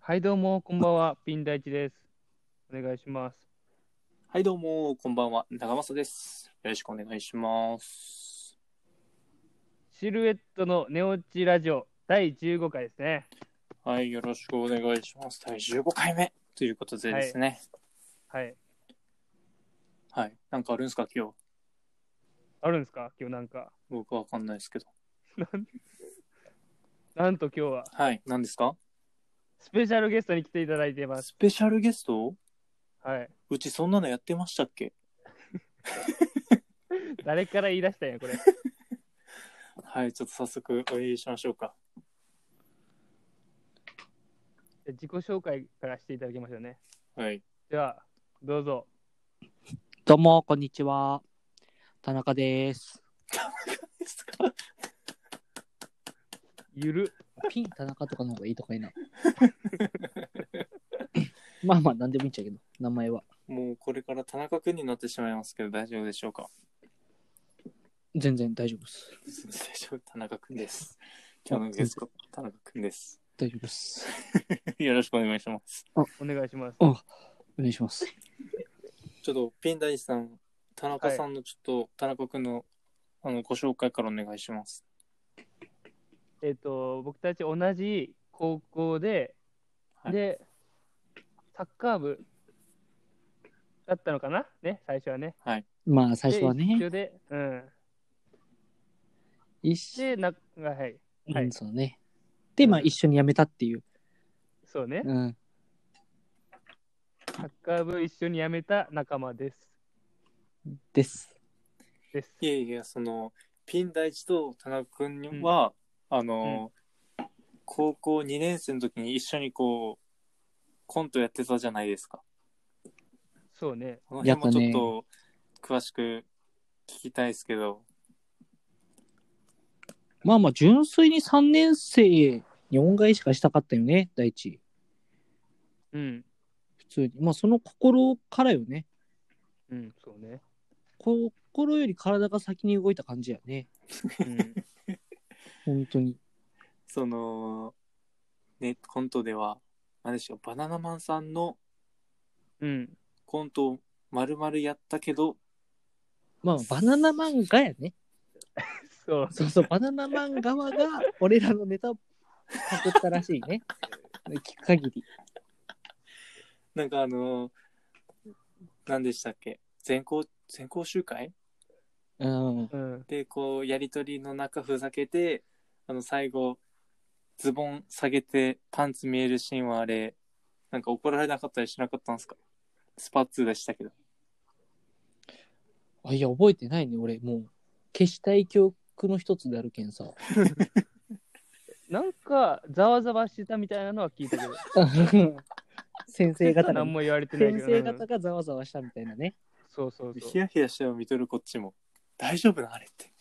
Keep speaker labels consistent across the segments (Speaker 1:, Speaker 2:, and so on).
Speaker 1: はい、どうも、こんばんは。ピン大地です。お願いします。
Speaker 2: はい、どうも、こんばんは。長政です。よろしくお願いします。
Speaker 1: シルエットの寝落ちラジオ第15回ですね。
Speaker 2: はい、よろしくお願いします。第15回目ということでですね。
Speaker 1: はい。
Speaker 2: はい、なんかあるんですか、今日。
Speaker 1: あるんですか今日なんか。
Speaker 2: 僕わかんないですけど。
Speaker 1: なんと今日は
Speaker 2: はい、何ですか
Speaker 1: スペシャルゲストに来ていただいています。
Speaker 2: スペシャルゲスト
Speaker 1: はい。
Speaker 2: うちそんなのやってましたっけ
Speaker 1: 誰から言い出したんや、これ。
Speaker 2: はい、ちょっと早速お呼びしましょうか。
Speaker 1: 自己紹介からしていただきましょうね。
Speaker 2: はい。
Speaker 1: では、どうぞ。
Speaker 3: どうも、こんにちは。田中です。
Speaker 2: ですか
Speaker 1: ゆる。
Speaker 3: ピン田中とかの方がいいとかいいな。 まあまあ、なんでもいいんちゃうけど、名前は。
Speaker 2: もうこれから田中くんになってしまいますけど、大丈夫でしょう か
Speaker 3: 全然大丈夫です。
Speaker 2: 大丈夫、田中くんです。今日のゲス ト、田中くんです。
Speaker 3: 大丈夫です。
Speaker 2: よろしくお願いします。
Speaker 1: お願いします。
Speaker 3: おお願いします。
Speaker 2: ちょっとピン大地さん、田中さんのちょっと、田中君のあのご紹介からお願いします。
Speaker 1: えっ、と、僕たち同じ高校で、
Speaker 2: はい
Speaker 1: で、サッカー部だったのかなね、最初はね。
Speaker 3: まあ、最初は
Speaker 1: で一
Speaker 3: ね、
Speaker 1: 緒で、うん。
Speaker 3: 一
Speaker 1: で、
Speaker 3: 緒、
Speaker 1: なはい、
Speaker 3: う
Speaker 1: はい
Speaker 3: ん、そうね。で、まあ、一緒に辞めたっていう。
Speaker 1: そうね、
Speaker 3: うん。
Speaker 1: サッカー部一緒に辞めた仲間です。
Speaker 3: です。
Speaker 1: です。
Speaker 2: いやいや、その、ピン大地と田中君には、あの、高校2年生の時に一緒にこう、コントやってたじゃないですか。
Speaker 1: そうね、
Speaker 2: この
Speaker 3: やっ
Speaker 2: 辺
Speaker 3: た
Speaker 2: も
Speaker 3: ね
Speaker 2: ちょっと詳しく聞きたいですけど、
Speaker 3: まあまあ、純粋に3年生に恩返しかしたかったよね、第一。
Speaker 1: うん、
Speaker 3: 普通に。まあ、その心からよね。
Speaker 1: うん、そうね。
Speaker 3: 心より体が先に動いた感じやね。
Speaker 1: うん、
Speaker 3: 本当に。
Speaker 2: その、ね、コントでは、何でしょう、バナナマンさんの
Speaker 1: うん、
Speaker 2: コントを丸々やったけど、
Speaker 3: まあ、バナナマンがやね。
Speaker 1: そう、
Speaker 3: そうそう、バナナマン側が俺らのネタをパクったらしいね。聞く限り。
Speaker 2: なんかあのー、何でしたっけ全校、全校集会
Speaker 3: うん。
Speaker 1: うん、
Speaker 2: で、こう、やりとりの中ふざけて、あの、最後、ズボン下げてパンツ見えるシーンはあれ、なんか怒られなかったりしなかったんですかスパッツでしたけど。
Speaker 3: あいや、覚えてないね、俺。もう、消したい記憶の一つであるけんさ。
Speaker 1: なんか、ざわざわしてたみたいなのは聞いたけど、
Speaker 3: 先 生方が
Speaker 1: 何、も言われてないけ
Speaker 3: 先
Speaker 1: ど、
Speaker 3: 生
Speaker 1: う
Speaker 3: 方
Speaker 1: ん
Speaker 3: がざわざわしたみたいなね。
Speaker 1: そうそうそ
Speaker 2: ヒ
Speaker 1: う。
Speaker 2: ヤヒヤしては見とるこっちも。大丈夫なあれって。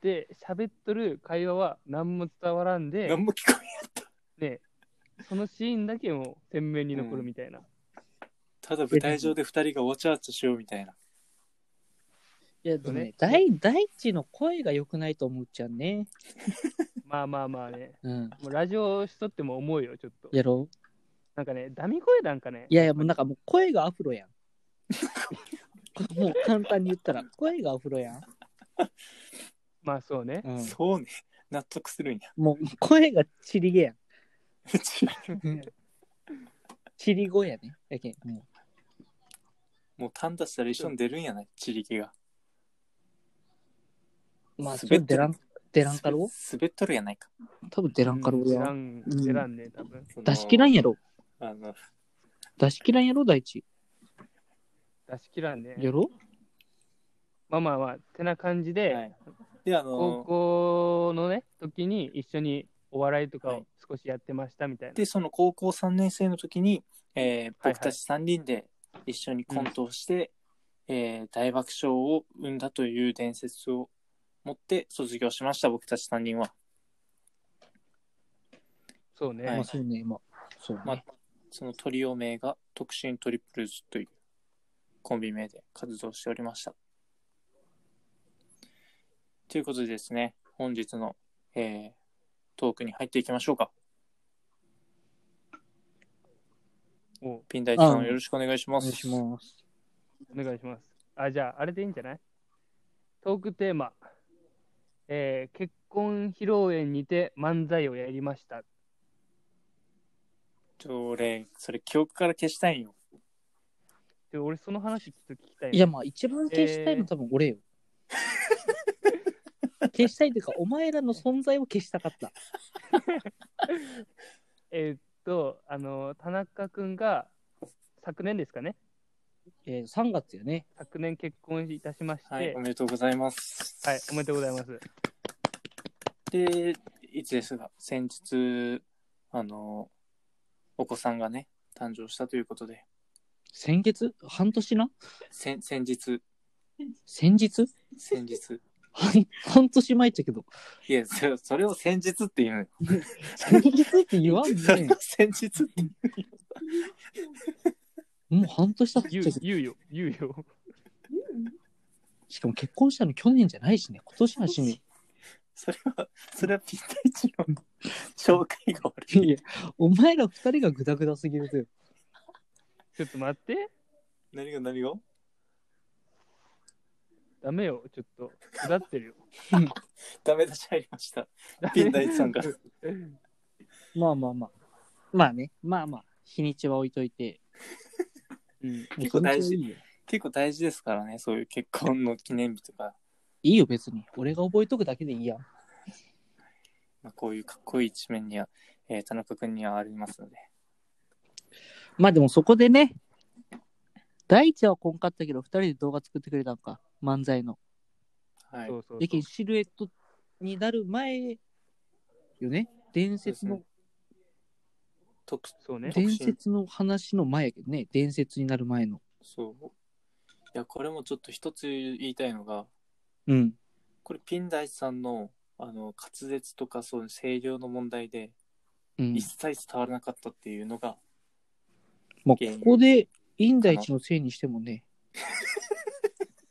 Speaker 1: で、喋っとる会話は何も伝わらんで
Speaker 2: 何、も聞こえん。
Speaker 1: ね、そのシーンだけもう鮮明に残るみたいな。
Speaker 2: ただ舞台上で二人がわちゃわちゃしようみたいな。
Speaker 3: いや、でも
Speaker 1: そうね
Speaker 3: ね、第第一の声が良くないと思うっちゃうね。
Speaker 1: まあまあまあね、
Speaker 3: う
Speaker 1: も
Speaker 3: ん。
Speaker 1: うラジオしとっても思うよ、ちょっと。
Speaker 3: やろう。
Speaker 1: なんかね、ダミ声なんかね、
Speaker 3: いやいや、もうなんかもう声がアフロ やん。もう簡単に言ったら、声がアフロやん。
Speaker 1: まあそうね。
Speaker 3: うん、
Speaker 2: そうね。納得す るんや。
Speaker 3: もう声がちりげやん。
Speaker 2: うち
Speaker 3: チリ語やね。やけんも
Speaker 2: もうタン出したら一緒に出るんやないちりきが。
Speaker 3: うまあ、そ
Speaker 2: 滑
Speaker 3: れ
Speaker 2: っと
Speaker 3: 出
Speaker 2: る
Speaker 3: らん、出らんかろ
Speaker 2: す滑っとるやないか。
Speaker 3: 多分出らんかろう
Speaker 1: 出ら
Speaker 3: や。
Speaker 1: ん、
Speaker 3: うん
Speaker 1: 出らんね、多分。
Speaker 2: その
Speaker 3: 出し切らんやろ。
Speaker 2: あの、
Speaker 3: 出し切らんやろ、大地。
Speaker 1: 出し切らんね。
Speaker 3: やろ
Speaker 1: まあまあまあ、てな感じで、
Speaker 2: はい。で、あ
Speaker 1: 高
Speaker 2: の、
Speaker 1: 校のね、時に一緒にお笑いとか
Speaker 2: は
Speaker 1: を
Speaker 2: い
Speaker 1: 少しやってましたみたいな。
Speaker 2: で、その高校3年生の時に、えー
Speaker 1: はい
Speaker 2: 僕たち3人で一緒にコントをして、えー大爆笑を生んだという伝説を持って卒業しました、僕たち3人は。
Speaker 1: そう
Speaker 3: う、
Speaker 1: ね、
Speaker 2: は
Speaker 3: ま
Speaker 2: い
Speaker 3: あ、そうね、まあ、そうね。
Speaker 2: まあ、そのトリオ名が特進トリプルズというコンビ名で活動しておりました。ということでですね、本日の、えートークに入っていきましょうか。
Speaker 1: おう
Speaker 2: ピン大地さ
Speaker 3: うんん
Speaker 2: よろしくお願いしま
Speaker 3: お
Speaker 2: す。
Speaker 3: 願いします。
Speaker 1: お願いします。あ、じゃあ、あれでいいんじゃないトークテーマ。えー結婚披露宴にて漫才をやりました。
Speaker 2: ちょ、俺、それ記憶から消したいんよ。
Speaker 1: で俺、その話ちょっと聞きたいな。
Speaker 3: いや、まあ、一番消したいの多分俺 よ。消したいというか、お前らの存在を消したかった。
Speaker 1: えーっと、あの、田中君が昨年ですかね。
Speaker 3: えー、3月よね。
Speaker 1: 昨年結婚いたしまして、
Speaker 2: は、
Speaker 1: はいい
Speaker 2: お、めでとうございます。
Speaker 1: おめでとうございます。
Speaker 2: で、いつですが、先日、あの、お子さんがね、誕生したということで、
Speaker 3: 先月半年な
Speaker 2: 先、先日、
Speaker 3: 先日
Speaker 2: 先日。
Speaker 3: はい半年前っちゃけど。
Speaker 2: いや、それそれを先日って言うのよ。
Speaker 3: 先日って言わん
Speaker 2: それ
Speaker 3: ね
Speaker 2: を。 先日って言う
Speaker 3: もう半年経っち
Speaker 1: 言う
Speaker 3: ゃうけど。
Speaker 1: 言うよ、言うよ。
Speaker 3: しかも結婚したの去年じゃないしね。今年のしめ。
Speaker 2: それは、それはピンタイチの紹介が悪い。
Speaker 3: いや、お前ら二人がグダグダすぎるとよ。
Speaker 1: ちょっと待って。
Speaker 2: 何が何が
Speaker 1: ダメよ、ちょっと。下ってるよ。
Speaker 2: ダメ出し入りました。ピンタイチさんが。
Speaker 3: まあまあまあ。まあね。まあまあ。日にちは置いとい て。
Speaker 1: うん、
Speaker 2: 結構大事
Speaker 3: 日にちはいいよ。
Speaker 2: 結構大事ですからね、そういう結婚の記念日とか、
Speaker 3: いいよ、別に。俺が覚えとくだけでいいやん。
Speaker 2: まあ、こういうかっこいい一面には、えー田中君にはありますので。
Speaker 3: まあでもそこでね、第一話はこんかったけど、二人で動画作ってくれたんか、漫才の。
Speaker 2: はい
Speaker 1: そ。うそう
Speaker 3: で
Speaker 1: そ
Speaker 3: け、
Speaker 1: うん
Speaker 3: シルエットになる前よね。伝説の、
Speaker 2: 特
Speaker 1: そうね。
Speaker 2: ね
Speaker 3: 伝説の話の前やけどね、伝説になる前の。
Speaker 2: そう。いや、これもちょっと一つ言いたいのが、
Speaker 3: うん。
Speaker 2: これピン大地さんのあの滑舌とかそういう声量の問題で
Speaker 3: うん
Speaker 2: 一、切伝わらなかったっていうのが、
Speaker 3: まあ、ここで、院大地のせいにしてもね、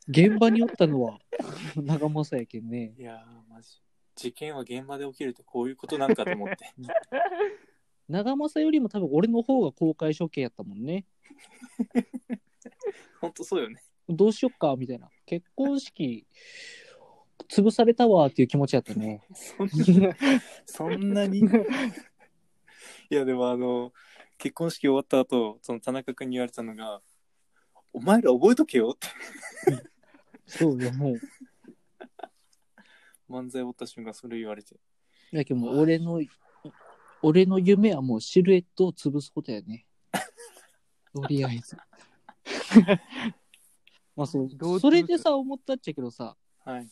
Speaker 3: 現場におったのは 長政やけんね。
Speaker 2: いやー、マジ。事件は現場で起きるってこういうことなんかと思って。
Speaker 3: 長政よりも多分俺の方が公開処刑やったもんね。
Speaker 2: ほんとそうよね。
Speaker 3: どうしよっかみたいな。結婚式潰されたわっていう気持ちやったね。
Speaker 2: そんな、そんな に。いや、でもあの、結婚式終わった後、その田中君に言われたのが、お前ら覚えとけよって
Speaker 3: そうよ、もう。
Speaker 2: 漫才終わった瞬間それ言われて。
Speaker 3: だけどもう俺の、俺の夢はもうシルエットを潰すことやね。とりあえず。まあそ
Speaker 1: どう
Speaker 3: う、それでさ、思ったっちゃけどさ、
Speaker 2: はい。
Speaker 1: うん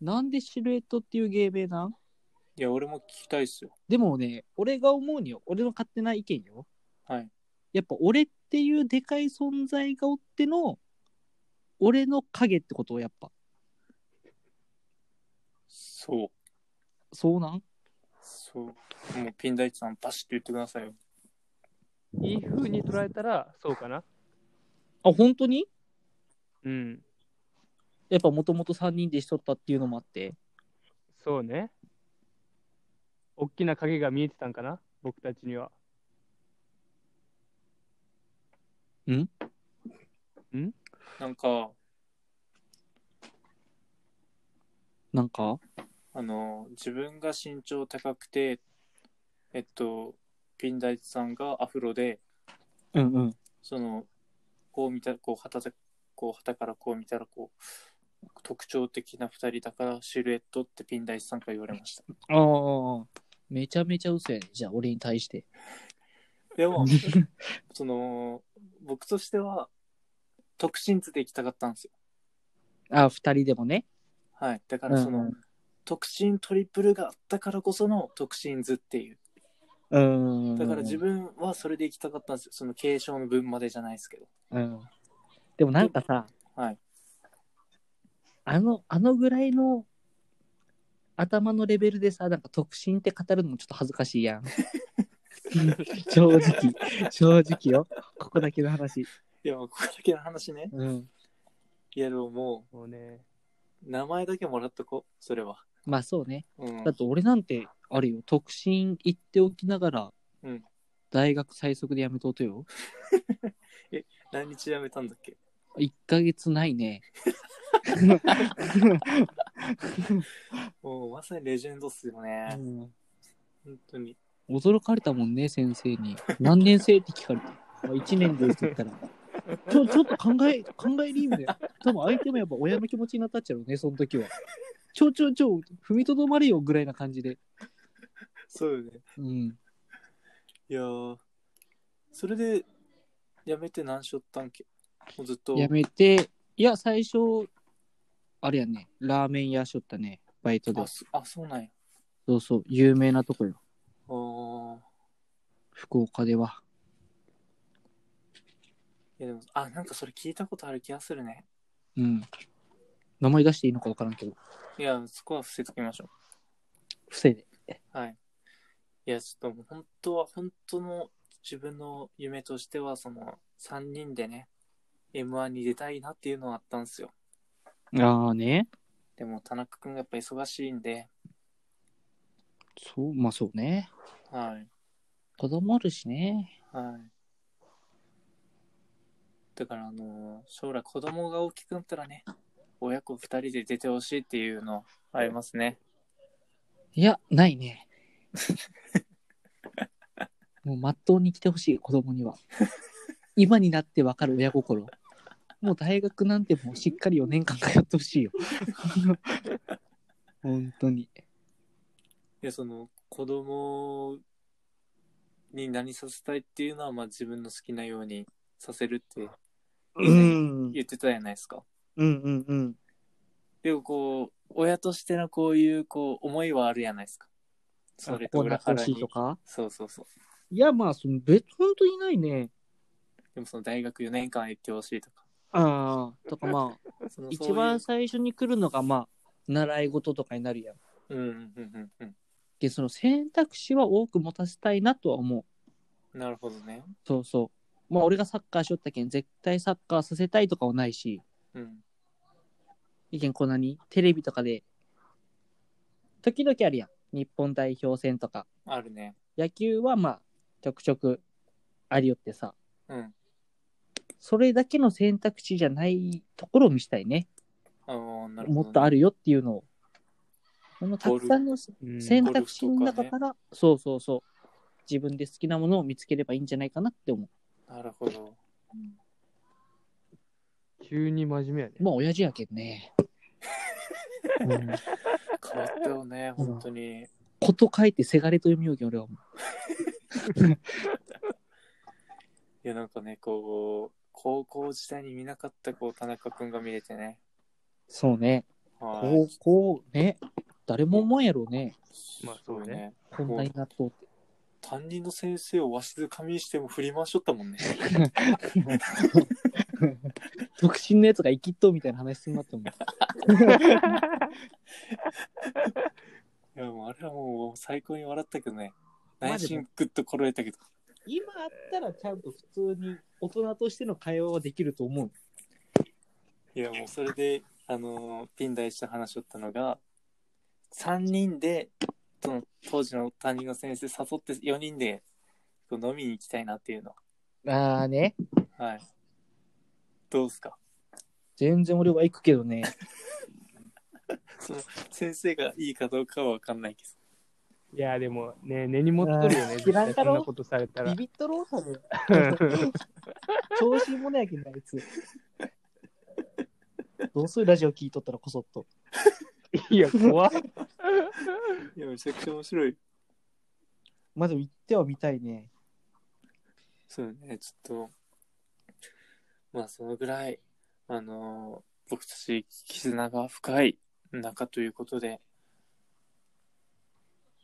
Speaker 3: なんでシルエットっていう芸名なん
Speaker 2: いや、俺も聞きたいっすよ。
Speaker 3: でもね、俺が思うによ、俺の勝手な意見よ。
Speaker 2: はい。
Speaker 3: やっぱ俺っていうでかい存在がおっての、俺の影ってことをやっぱ、
Speaker 2: そう。
Speaker 3: そうなん
Speaker 2: そう。もうピン大地さん、バシッと言ってくださいよ。
Speaker 1: いい風に捉えたら、そうかな。
Speaker 3: あ、本当に
Speaker 1: うん。
Speaker 3: やっぱもともと3人でしとったっていうのもあって。
Speaker 1: そうね。大きな影が見えてたんかな、僕たちには。
Speaker 2: なんか、
Speaker 3: なんか
Speaker 2: あの、自分が身長高くて、えっと、ピン大地さんがアフロで、
Speaker 3: うんうん。
Speaker 2: その、こう見た、こう、旗だ、こう、旗からこう見たら、こう、特徴的な二人だから、シルエットってピン大地さんから言われました。
Speaker 3: ああ。めちゃめちゃ嘘やね。じゃあ俺に対して。
Speaker 2: でも、 その、僕としては、特進図で行きたかったんですよ。
Speaker 3: あ、2人でもね。
Speaker 2: はい。だか
Speaker 3: うんう
Speaker 2: ら、
Speaker 3: ん
Speaker 2: その、特進トリプルがあったからこその特進図っていう。
Speaker 3: うんうん。
Speaker 2: だから自分はそれで行きたかったんですよ。その継承の分までじゃないですけど。
Speaker 3: うん。でもなんかさ、
Speaker 2: はい。
Speaker 3: あの、あのぐらいの頭のレベルでさ、なんか特進って語るのもちょっと恥ずかしいやん。 正直、正直よ。ここだけの話。
Speaker 2: いや、まあここだけの話ね。
Speaker 3: うん。
Speaker 2: いや、でもも
Speaker 1: もうね。
Speaker 2: う、名前だけもらっとこう。それは。
Speaker 3: まあそうね。
Speaker 2: うん
Speaker 3: だっ。て俺なんて、あるよ、特進行っておきながら、
Speaker 2: うん
Speaker 3: 大学最速でやめとうとよ。
Speaker 2: 何日辞めたんだっけ
Speaker 3: 1ヶ月ないね。
Speaker 2: もうまさにレジェンドっすよね。本当に。
Speaker 3: 驚かれたもんね、先生に。何年生って聞かれて。まあ、1年ですって言ったら。ちょちょっと考え、考えリームで。多分相手もやっぱ親の気持ちになったっちゃうね、その時は。ちょちょちょ、踏みとどまれよぐらいな感じで。
Speaker 2: そうよね。
Speaker 3: うん。
Speaker 2: いやー、それで辞めて何しよったんけもうずっと。
Speaker 3: やめて、いや、最初、あれやね、ラーメン屋しょったね、バイトで
Speaker 2: あ。そあ、そうなんや。
Speaker 3: そうそう、有名なとこよ、
Speaker 2: あー
Speaker 3: 福岡では。
Speaker 2: いやでも、あ、なんかそれ聞いたことある気がするね。
Speaker 3: うん。名前出していいのか分からんけど、
Speaker 2: いや、そこは伏せときましょ
Speaker 3: 不正で。
Speaker 2: う。はい。いや、ちょっともう本当は、本当の自分の夢としては、その、3人でね、M1 に出たいなっていうのはあったんですよ。
Speaker 3: ああね、
Speaker 2: でも、田中くんがやっぱ忙しいんで、
Speaker 3: そう、まあそうね。
Speaker 2: はい。
Speaker 3: 子供あるしね。
Speaker 2: はい。だから、あのー将来子供が大きくなったらね、親子二人で出てほしいっていうのありますね。
Speaker 3: いや、ないね。 もうまっとうに来てほしい、子供には。今になって分かる親心。もう大学なんてもうしっかり4年間通ってほしいよ。 本当に。
Speaker 2: いや、その、子供に何させたいっていうのは、まあ自分の好きなようにさせるって
Speaker 3: うん。
Speaker 2: 言ってたじゃないですか。
Speaker 3: うんうんうん。
Speaker 2: でもこう、親としてのこういう、こう、思いはあるじゃないですか。それと裏
Speaker 3: ほ
Speaker 2: 腹
Speaker 3: しい
Speaker 2: に
Speaker 3: と。か
Speaker 2: そうそうそう。
Speaker 3: いや、まあ、その、別、本当にないね。
Speaker 2: でもその大学4年間行ってほしいとか。
Speaker 3: ああ、とかまあ、
Speaker 2: その
Speaker 3: 一番
Speaker 2: そ
Speaker 3: 最初に来るのが、まあ、習い事とかになるやん。
Speaker 2: ういううんうんうんうん
Speaker 3: で、その選択肢は多く持たせたいなとは思う。
Speaker 2: うん。なるほどね。
Speaker 3: そうそう。まあ、俺がサッカーしよったけん、絶対サッカーさせたいとかはないし、
Speaker 2: うん。
Speaker 3: いけん、こんなに、テレビとかで、時々あるやん。日本代表戦とか。
Speaker 2: あるね。
Speaker 3: 野球はまあ、ちょくちょくありよってさ、
Speaker 2: うん。
Speaker 3: それだけの選択肢じゃないところを見せたいね。
Speaker 2: ああ、なるほど、ね。
Speaker 3: もっとあるよっていうのを。あのたくさんの
Speaker 1: うん
Speaker 3: 選択肢の中から、そうそうそう。自分で好きなものを見つければいいんじゃないかなって思
Speaker 2: なるほど。
Speaker 1: 急に真面目やね
Speaker 3: う。。まあ、親父やけんね。うん
Speaker 2: 変わったよね、
Speaker 3: うん
Speaker 2: 本当に。
Speaker 3: こと書いてせがれと読みようけん、俺はも
Speaker 2: いや、なんかね、こう、高校時代に見なかった、こう、田中くんが見れてね。
Speaker 3: う。そうね。
Speaker 2: はい
Speaker 3: 高。校ね。誰も思わんやろうね。
Speaker 1: まあそうね。
Speaker 3: こんなになっとうって。
Speaker 2: 担任の先生をわしづかみにしても振り回しとったもんね。
Speaker 3: 独身のやつが生きっとうみたいな話すんなって思う。
Speaker 2: いや、もうあれはもう最高に笑ったけどね。
Speaker 3: まあ
Speaker 2: 内
Speaker 3: でも
Speaker 2: 心グッとこらえたけど。
Speaker 3: 今あったらちゃんと普通に大人としての会話はできると思う。
Speaker 2: いや、もうそれで、あのーピン大師と話しとったのが、3人で、その当時の担任の先生誘って4人でこう飲みに行きたいなっていうの。
Speaker 3: ああね。
Speaker 2: はい。どうすか
Speaker 3: 全然俺は行くけどね。
Speaker 2: その先生がいいかどうかは分かんないけど。
Speaker 1: いや、でもね、根に持っとるよね。
Speaker 3: あー
Speaker 1: 絶対
Speaker 3: 知らんか
Speaker 1: そ
Speaker 3: ろ
Speaker 1: んなことされたら
Speaker 3: ビ。ビっとろうさ ね。調子いいものやけんな、あいつ。どうするラジオ聞いとったらこそっと。
Speaker 1: いや、怖っ。
Speaker 2: いや、めちゃくちゃ面白い。
Speaker 3: まあでも行ってはみたいね。
Speaker 2: そうね、ちょっと、まあ、そのぐらい、あのー僕たち絆が深い仲ということで、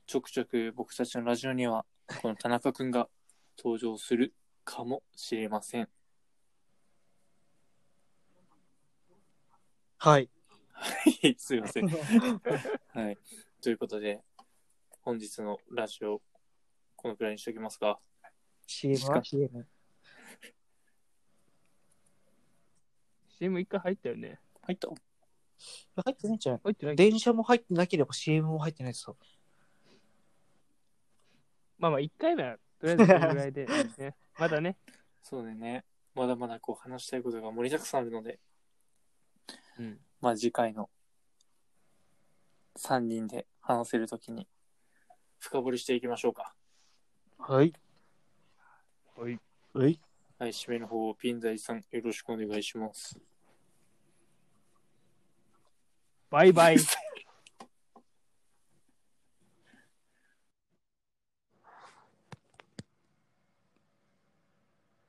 Speaker 2: ちょくちょく僕たちのラジオには、この田中くんが登場するかもしれません。
Speaker 3: はい。
Speaker 2: はいすいま せん。はい。ということで、本日のラジオ、このくらいにしておきますか。
Speaker 3: CM
Speaker 1: か
Speaker 3: か CM。
Speaker 1: CM 一回入ったよね。
Speaker 2: はい、と。
Speaker 3: 入ってないんじゃない
Speaker 1: 入ってないっけ
Speaker 3: 電車も入ってなければ CM も入ってないですよ。
Speaker 1: まあまあ、一回目はとりあえずこのぐらいで、ね、まだね、
Speaker 2: そうだよね。まだまだこう話したいことが盛りだくさんあるので、
Speaker 1: うん、
Speaker 2: まあ次回の3人で話せるときに深掘りしていきましょうか。
Speaker 3: はい。
Speaker 1: はい、
Speaker 3: はい。
Speaker 2: はい、締めの方をピンダイさんよろしくお願いします。
Speaker 1: バイバイ。